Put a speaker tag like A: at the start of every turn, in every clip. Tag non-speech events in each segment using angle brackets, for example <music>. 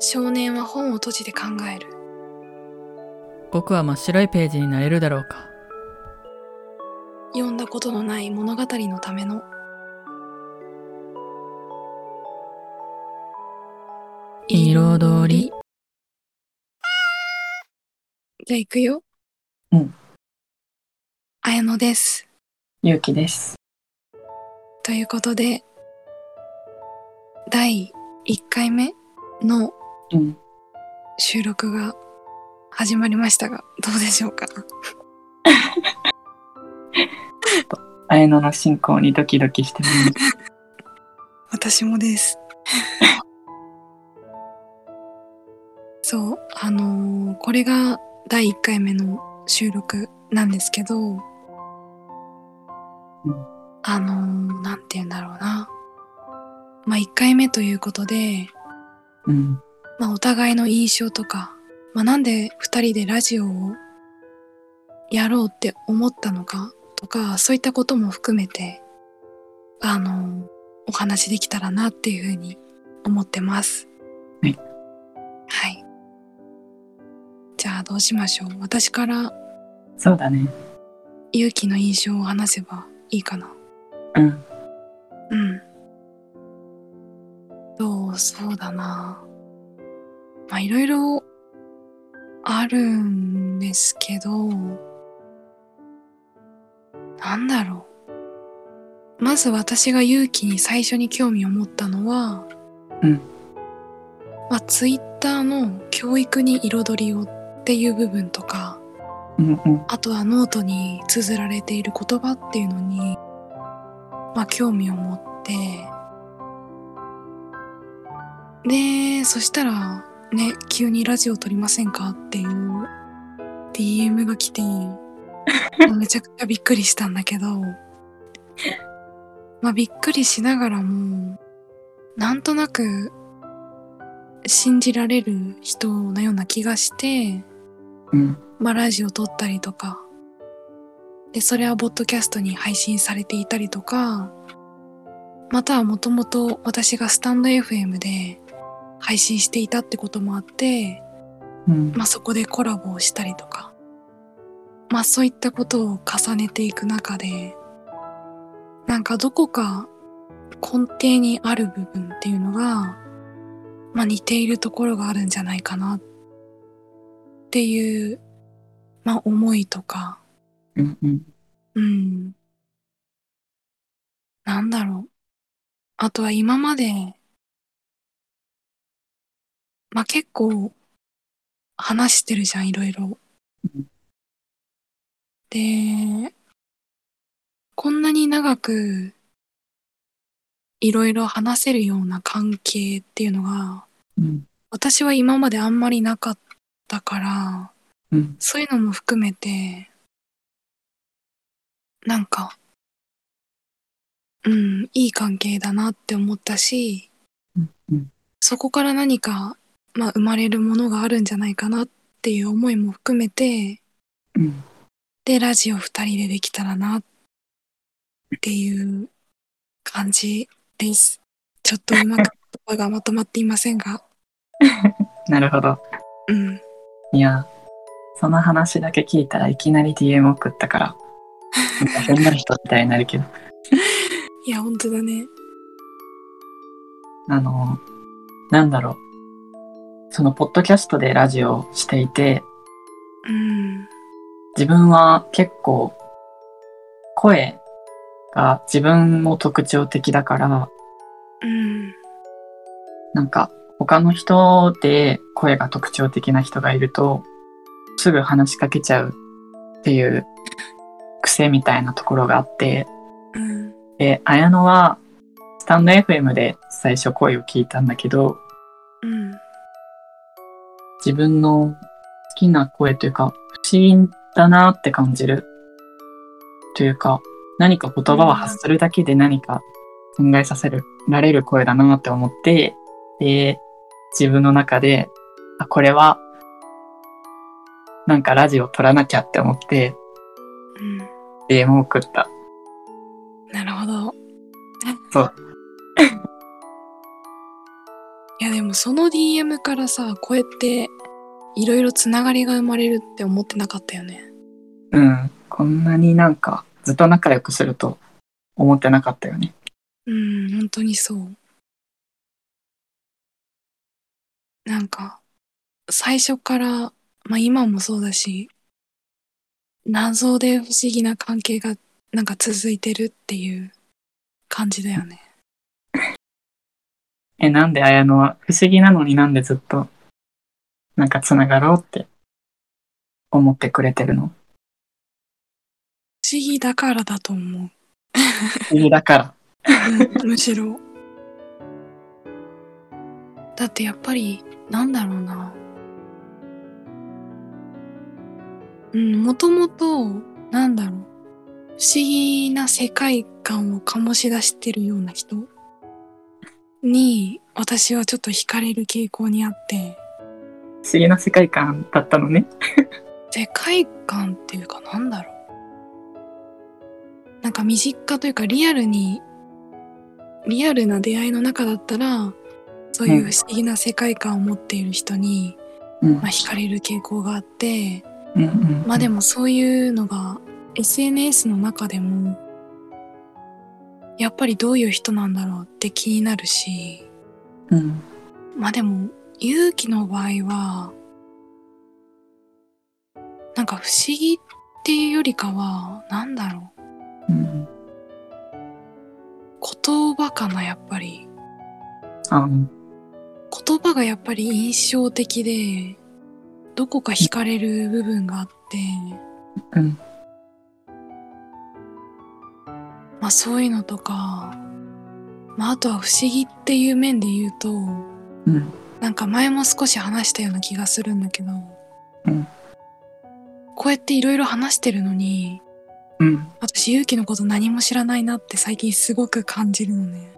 A: 少年は本を閉じて考える
B: 僕は真っ白いページになれるだろうか。
A: 読んだことのない物語のための
B: 彩り
A: じゃあ行くよ
C: うん
A: 綾乃です
C: ゆうきです。
A: ということで第1回目の
C: うん。
A: 収録が始まりましたがどうでしょうか
C: あえのの進行にドキドキしてます。
A: 私もです。そう、あのーこれが第1回目の収録なんですけど、あのーなんて言うんだろうな。まあ、1回目ということで、
C: うん。
A: まあ、お互いの印象とか、まあ、なんで2人でラジオをやろうって思ったのかとかそういったことも含めてあのお話できたらなっていうふうに思ってます
C: はい、
A: はい、じゃあどうしましょう私から
C: そうだね。
A: 勇気の印象を話せばいいかな
C: うん。
A: うん。そう、そうだな。まあ、いろいろあるんですけど、なんだろう。まず私が勇気に最初に興味を持ったのは、
C: うん。
A: まあ、ツイッターの教育に彩りをっていう部分とか、
C: うんうん。
A: あとはノートに綴られている言葉っていうのに、まあ、興味を持ってでそしたらね急にラジオ撮りませんかっていう DM が来てめちゃくちゃびっくりしたんだけど <laughs> まあびっくりしながらもなんとなく信じられる人のような気がして
C: うん。
A: まあ、ラジオ撮ったりとかでそれはボッドキャストに配信されていたりとかまたはもともと私がスタンド FM で配信していたってこともあって、
C: うん。
A: まあ、そこでコラボをしたりとか、まあ、そういったことを重ねていく中でなんかどこか根底にある部分っていうのが、まあ、似ているところがあるんじゃないかなっていう、まあ、思いとか
C: うんうん。
A: うん。なんだろう。あとは今まで、まあ、結構話してるじゃん、いろいろ
C: うん。
A: で、こんなに長くいろいろ話せるような関係っていうのが、
C: うん。
A: 私は今まであんまりなかったから、
C: うん。
A: そういうのも含めて、なんか、うん、いい関係だなって思ったし、
C: うんうん
A: そこから何か、まあ、生まれるものがあるんじゃないかなっていう思いも含めて、
C: うん。
A: で、ラジオ二人でできたらなっていう感じです。ちょっとうまく言葉がまとまっていませんが、
C: なるほど。
A: うん。
C: いや、その話だけ聞いたらいきなり DM 送ったから、なんか変な人みたいになるけど、 <laughs>
A: いや、本当だね。
C: あの、なんだろう。その、ポッドキャストでラジオをしていて、
A: うん。
C: 自分は結構声が自分も特徴的だから
A: うん。
C: なんか他の人で声が特徴的な人がいるとすぐ話しかけちゃうっていう癖みたいなところがあって
A: うん。
C: で綾乃はスタンド FM で最初声を聞いたんだけど
A: うん。
C: 自分の好きな声というか不思議だなって感じるというか何か言葉を発するだけで何か考えさせるられる声だなって思ってで自分の中であこれはなんかラジオ撮らなきゃって思って
A: うん。
C: DM を送った
A: なるほど。
C: そう。
A: <laughs> いやでももその DM からさ、こうやっていろいろつながりが生まれるって思ってなかったよね。
C: うん。こんなになんかずっと仲良くすると思ってなかったよね。
A: うん、本当にそう。なんか、最初から、まあ今もそうだし、謎で不思議な関係がなんか続いてるっていう感じだよね。
C: え、なんで綾乃は不思議なのになんでずっとなんか繋がろうって思ってくれてるの
A: 不思議だからだと思う。
C: 不思議だから。
A: うん <laughs> むしろ。だってやっぱり、なんだろうな。うん、もともと、なんだろう。不思議な世界観を醸し出してるような人に、私はちょっと惹かれる傾向にあって、
C: 不思議な世界観だったのね。
A: 世界観っていうかなんだろう。なんか身近というかリアルに、リアルな出会いの中だったら、そういう不思議な世界観を持っている人に、
C: うん
A: まあ、惹かれる傾向があって、
C: うんうん
A: まあでもそういうのが SNS の中でも、やっぱりどういう人なんだろうって気になるし、
C: うん。
A: まあでも、勇気の場合は、なんか不思議っていうよりかは、なんだろう。
C: うん。
A: 言葉かな、やっぱり。
C: あうん
A: 言葉がやっぱり印象的で、どこか惹かれる部分があって、
C: うん。
A: まあそういうのとか、まああとは不思議っていう面で言うと、
C: うん。
A: なんか前も少し話したような気がするんだけど、
C: うん
A: こうやっていろいろ話してるのに、
C: うん。
A: 私、ゆうきのこと何も知らないなって最近すごく感じるのね。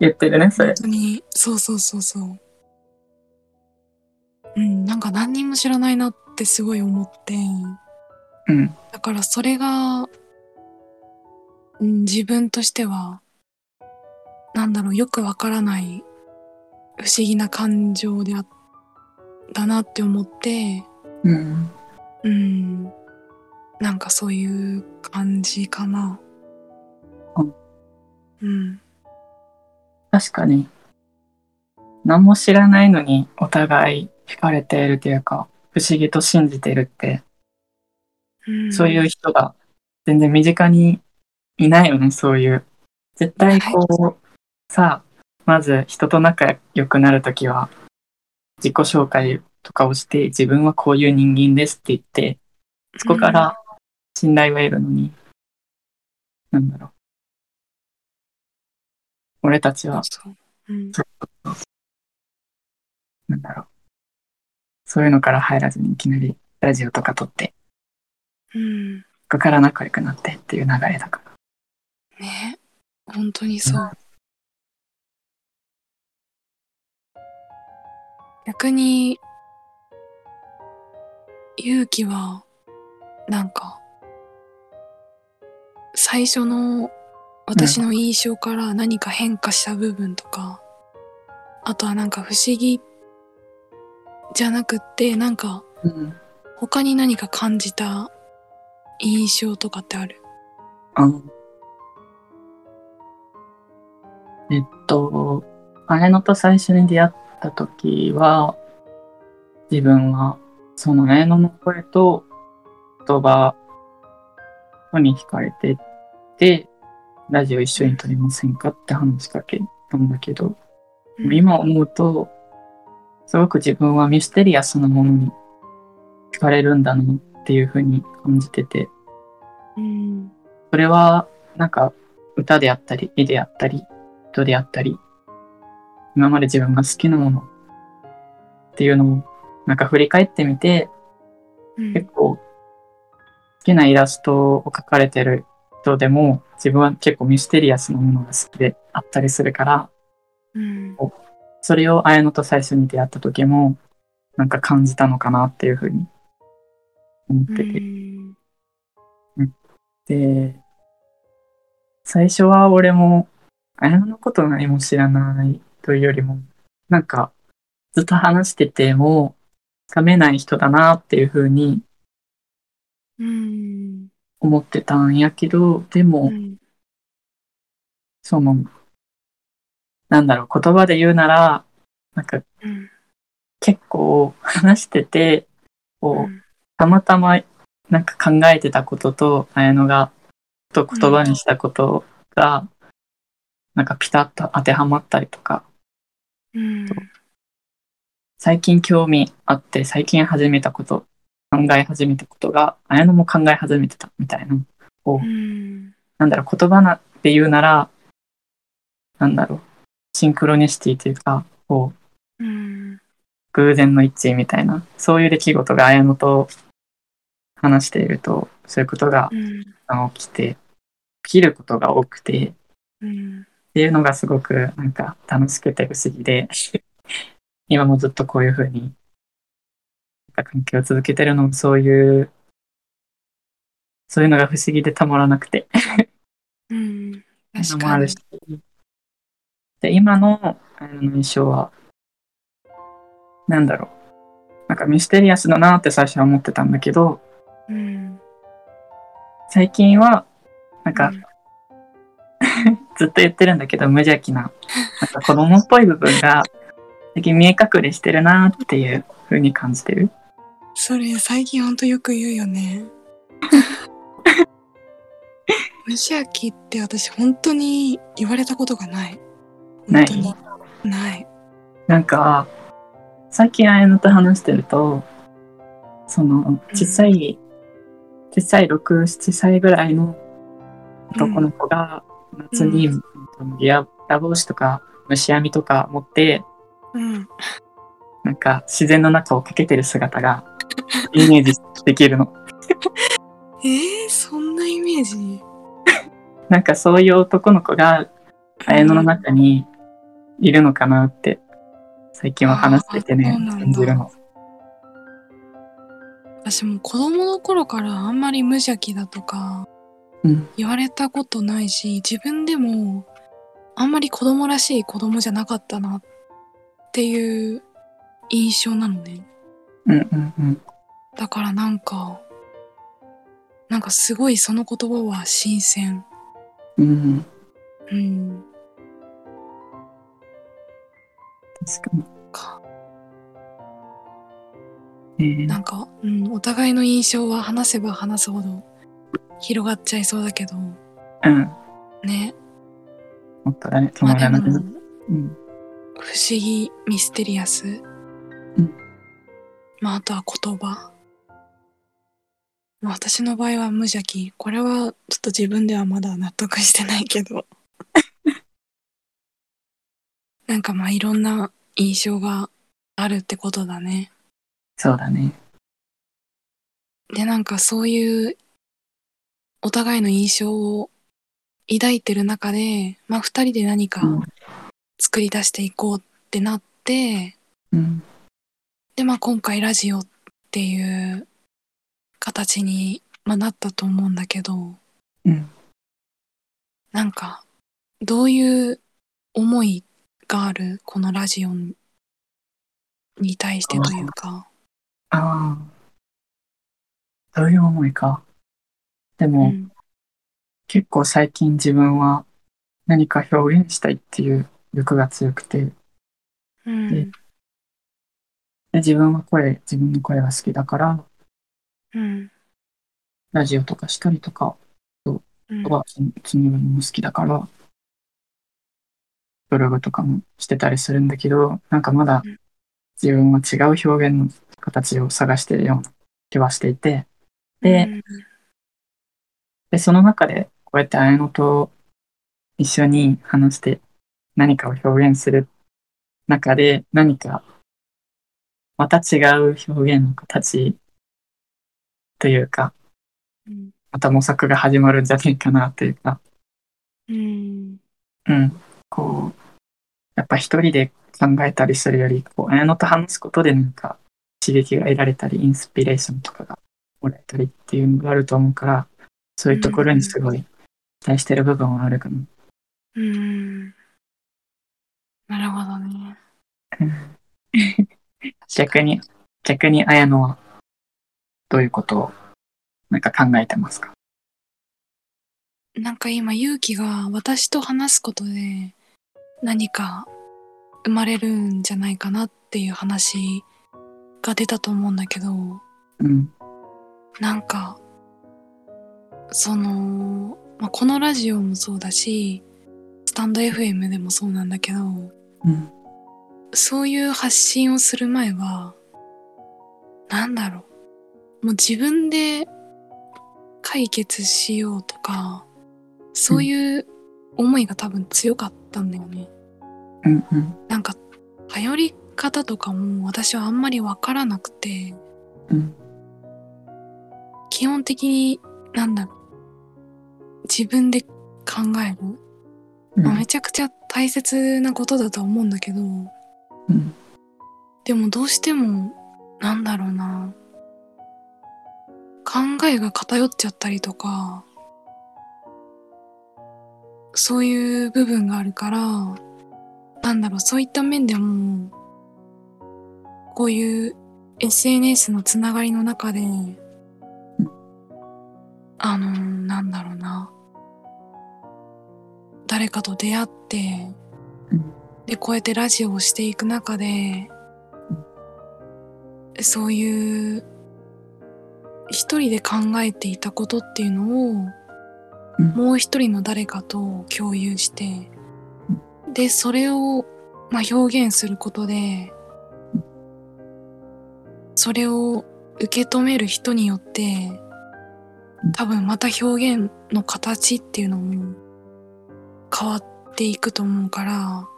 C: 言ってるね、そ
A: 本
C: れ。
A: 当に、そうそうそうそう。うん、なんか何にも知らないなってすごい思って。
C: うん。
A: だからそれが、うん、自分としては、なんだろう、よくわからない不思議な感情であったなって思って、
C: うん。
A: うん、なんかそういう感じかな
C: あ。
A: うん、
C: 確かに。何も知らないのにお互い惹かれているというか、不思議と信じているって、
A: うん、
C: そういう人が全然身近にいないよね、そういう。絶対こう、さあ、まず人と仲良くなるときは、自己紹介とかをして、自分はこういう人間ですって言って、そこから信頼を得るのに、なんだろう。俺たち
A: うん、
C: は、
A: そううん、
C: なんだろう。そういうのから入らずにいきなりラジオとか撮って、
A: うん、
C: そこから仲良くなってっていう流れだから。
A: ね、本当にそう。逆に、勇気は、なんか、最初の私の印象から何か変化した部分とか、あとはなんか不思議じゃなくって、なんか
C: うん。
A: 他に何か感じた印象とかってある
C: あえっと、姉のと最初に出会った時は、自分は、その姉の声と言葉に惹かれてて、ラジオ一緒に撮りませんかって話しかけたんだけど、
A: うん
C: 今思うと、すごく自分はミステリアスなものに惹かれるんだなっていうふうに感じてて、
A: うん。
C: それは、なんか、歌であったり、絵であったり、人であったり、今まで自分が好きなものっていうのを、なんか振り返ってみて、
A: うん
C: 結構、好きなイラストを描かれてる人でも、自分は結構ミステリアスなものが好きであったりするから、
A: うん
C: それを綾乃と最初に出会った時も、なんか感じたのかなっていうふうに思ってて。
A: うん
C: で、最初は俺も、綾乃のこと何も知らないというよりも、なんか、ずっと話してても、つかめない人だなっていうふうに
A: うん。
C: 思ってたんやけど、で
A: う
C: も、
A: ん
C: その、なんだろう、言葉で言うなら、なんか
A: うん
C: 結構話してて、こう、たまたまなんか考えてたことと、綾野がと言葉にしたことが、なんかピタッと当てはまったりとか、
A: うん
C: 最近興味あって、最近始めたこと、考え始めたことが、綾野も考え始めてたみたいな。
A: うん
C: なんだろう、言葉なって言うなら、なんだろう、シンクロニシティというか、こう、
A: うん
C: 偶然の一致みたいな、そういう出来事が綾乃と話していると、そういうことが
A: うん
C: あの起きて、起きることが多くて、っ
A: うん
C: ていうのがすごくなんか楽しくて不思議で、今もずっとこういうふうに、なんか関係を続けてるのもそういう、そういうのが不思議でたまらなくて。
A: うん
C: の
A: 確
C: もあ
A: か
C: る
A: に
C: し。で、今のあの印象は、なんだろう。なんかミステリアスだなって最初は思ってたんだけど、
A: うん
C: 最近は、なん
A: う
C: か
A: ん
C: ずっと言ってるんだけど、無邪気な、なんか子供っぽい部分が、最近見え隠れしてるなっていう風に感じてる。
A: それ最近ほんとよく言うよね無邪気って私本当に言われたことがない
C: ない
A: 本当にない
C: なんか、最近あやのと話してると、その、小さい、小さい6、7歳ぐらいの男の子が夏に、ギアラ帽子とか虫網とか持って、
A: うん
C: なんか自然の中をかけてる姿がイメージできるの。
A: えー、そんなイメージ
C: なんかそういう男の子が綾野の中にいるのかなって、最近は話しててね
A: あーそう、なんだ
C: 感じるの。
A: 私も子供の頃からあんまり無邪気だとか
C: うん。
A: 言われたことないし自分でもあんまり子供らしい子供じゃなかったなっていう印象なのね
C: うんうんうん。
A: だからなんかなんかすごいその言葉は新鮮
C: うん。
A: うん
C: 確かに。
A: か
C: えー
A: なんか、うん、お互いの印象は話せば話すほど広がっちゃいそうだけど
C: うん。
A: ね
C: もっとだね、止
A: まあ
C: ま
A: で
C: らなくな
A: も
C: る。うん。
A: 不思議ミステリアス、
C: うん
A: まああとは言葉まあ私の場合は無邪気これはちょっと自分ではまだ納得してないけど <laughs> なんかまあいろんな印象があるってことだね
C: そうだね。
A: でなんかそういうお互いの印象を抱いてる中でまあ二人で何か
C: うん
A: 作り出していこうってなって、
C: うん。
A: で、まあ、今回ラジオっていう形に、まあ、なったと思うんだけど、
C: うん
A: なんかどういう思いがあるこのラジオに対してというか。
C: ああ。どういう思いか。で
A: う
C: も、
A: ん
C: 結構最近自分は何か表現したいっていう欲が強くて、で
A: うん
C: 自分は声、自分の声が好きだから、
A: うん
C: ラジオとかしたりとか、
A: うん
C: 言葉を紡ぐのも好きだから、ブログとかもしてたりするんだけど、なんかまだ
A: うん
C: 自分は違う表現の形を探してるような気はしていて、で、で、その中で、こうやって綾乃と一緒に話して何かを表現する中で、何か、また違う表現の形というか、
A: うん
C: また模索が始まるんじゃないかなというか、
A: うん
C: うん。こう、やっぱ一人で考えたりするより、こう、綾乃と話すことでなんか刺激が得られたり、インスピレーションとかがもらえたりっていうのがあると思うから、そういうところにすごい期待してる部分はあるかな。
A: うんなるほどね。
C: 逆に、逆に綾乃は、どういうことを、なんか考えてますか
A: なんか今勇気が私と話すことで何か生まれるんじゃないかなっていう話が出たと思うんだけど
C: うん。
A: なんかその、まあ、このラジオもそうだしスタンド FM でもそうなんだけど
C: うん。
A: そういう発信をする前はなんだろうもう自分で解決しようとかそういう思いが多分強かったんだよね。
C: うん。うん。
A: なんか頼り方とかも私はあんまりわからなくて、
C: うん
A: 基本的になんだろう自分で考える、
C: う
A: まあ
C: ん
A: めちゃくちゃ大切なことだとは思うんだけど、
C: ん
A: でもどうしてもなんだろうな考えが偏っちゃったりとかそういう部分があるからなんだろう、そういった面でも、こういう SNS のつながりの中で、あのー、なんだろうな、誰かと出会って
C: うん、
A: で、こうやってラジオをしていく中で、そういう、一人で考えていたことっていうのを、
C: うん
A: もう一人の誰かと共有して、でそれを、まあ、表現することでそれを受け止める人によって多分また表現の形っていうのも変わっていくと思うから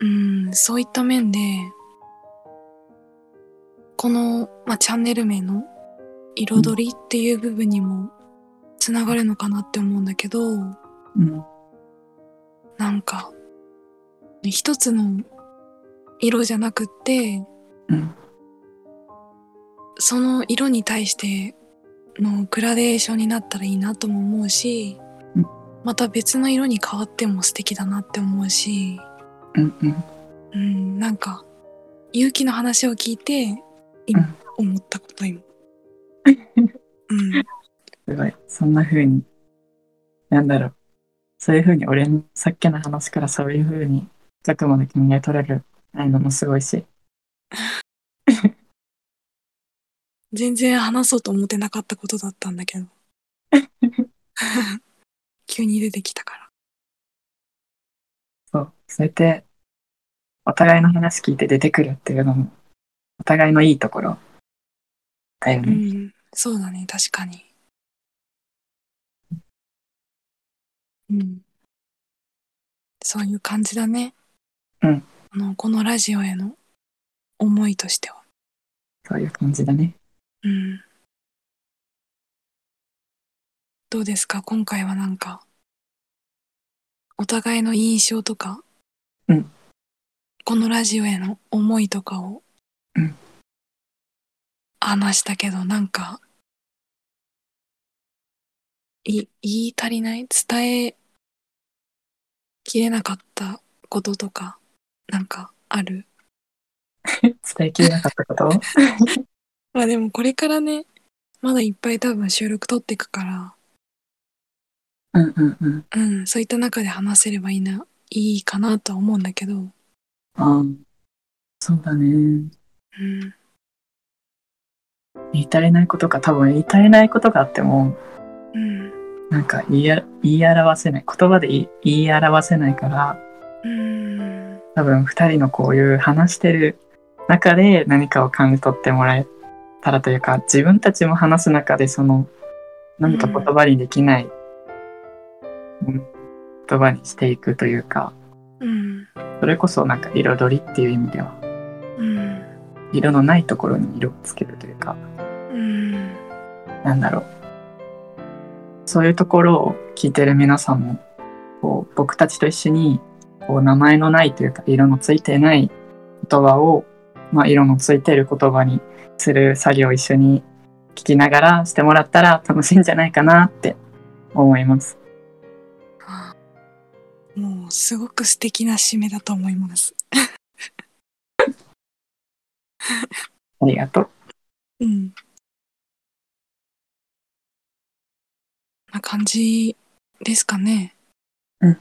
A: うんそういった面でこの、まあ、チャンネル名の「彩り」っていう部分にもつながるのかなって思うんだけど。
C: うん。
A: なんか、一つの色じゃなくって、
C: うん
A: その色に対してのグラデーションになったらいいなとも思うし、
C: うん
A: また別の色に変わっても素敵だなって思うし、
C: うん。うん。
A: うん、なんか、勇気の話を聞いて、今思ったこと
C: <laughs>
A: 今。うん、
C: すごい。そんな風に、なんだろう。そういう風に、俺のさっきの話からそういう風に、ざくまで考え取れる、あのもすごいし。
A: 全然話そうと思ってなかったことだったんだ
C: <laughs>
A: けど。 <laughs> 急に出てきたから。
C: そう。それで、お互いの話聞いて出てくるっていうのも、お互いのいいところ。だよ
A: う
C: ね。
A: ん、そうだね、確かに。うん。そういう感じだね。
C: うん。
A: あの、このラジオへの思いとしては。
C: そういう感じだね。
A: うん。どうですか今回はなんか、お互いの印象とか、
C: うん
A: このラジオへの思いとかを、
C: うん
A: 話したけど、なんか、い、言い足りない伝えきれなかったこととか、なんかある
C: 伝えきれなかったこと
A: まあでもこれからね、まだいっぱい多分収録撮っていくか
C: うんうんうん。
A: ら、うん、そういった中で話せればいいな、いいかなとは思うんだけど、うん。
C: ああ。そうだね。言い足りないことか、多分言い足りないことがあっても、
A: うん。
C: なんか言いあ言い表せない。言葉で言い言い表せないから、
A: うん。
C: 多分二人のこういう話してる中で何かを感じ取ってもらえたらというか、自分たちも話す中でその、何か言葉にできない、うん言葉にしていくというか、
A: うん。
C: それこそなんか彩りっていう意味では、
A: うん。
C: 色のないところに色をつけるというか、
A: うん。
C: なんだろう。そういうところを聞いてる皆さんも、こう僕たちと一緒に、こう名前のないというか、色のついてない言葉を、まあ、色のついてる言葉にする作業を一緒に聞きながらしてもらったら楽しいんじゃないかなって思います。
A: もうすごく素敵な締めだと思います。
C: ありがとう。
A: うん。な感じですかね。
C: うん。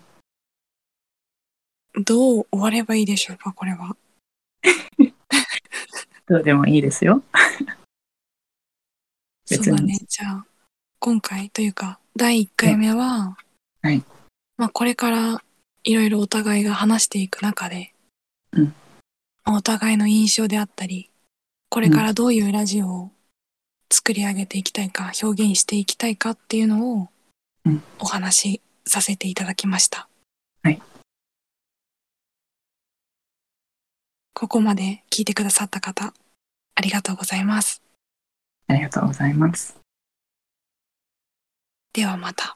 A: どう終わればいいでしょうか、これは。
C: どうでもいいですよ。
A: そう
C: 別
A: だ
C: に。
A: ね。じゃあ、今回というか、第1回目は、
C: はい。
A: まあ、これからいろいろお互いが話していく中で、
C: うん
A: まあお互いの印象であったり、これからどういうラジオを作り上げていきたいか、表現していきたいかっていうのを
C: うん、
A: お話しさせていただきました。
C: はい。
A: ここまで聞いてくださった方、ありがとうございます。
C: ありがとうございます。
A: ではまた。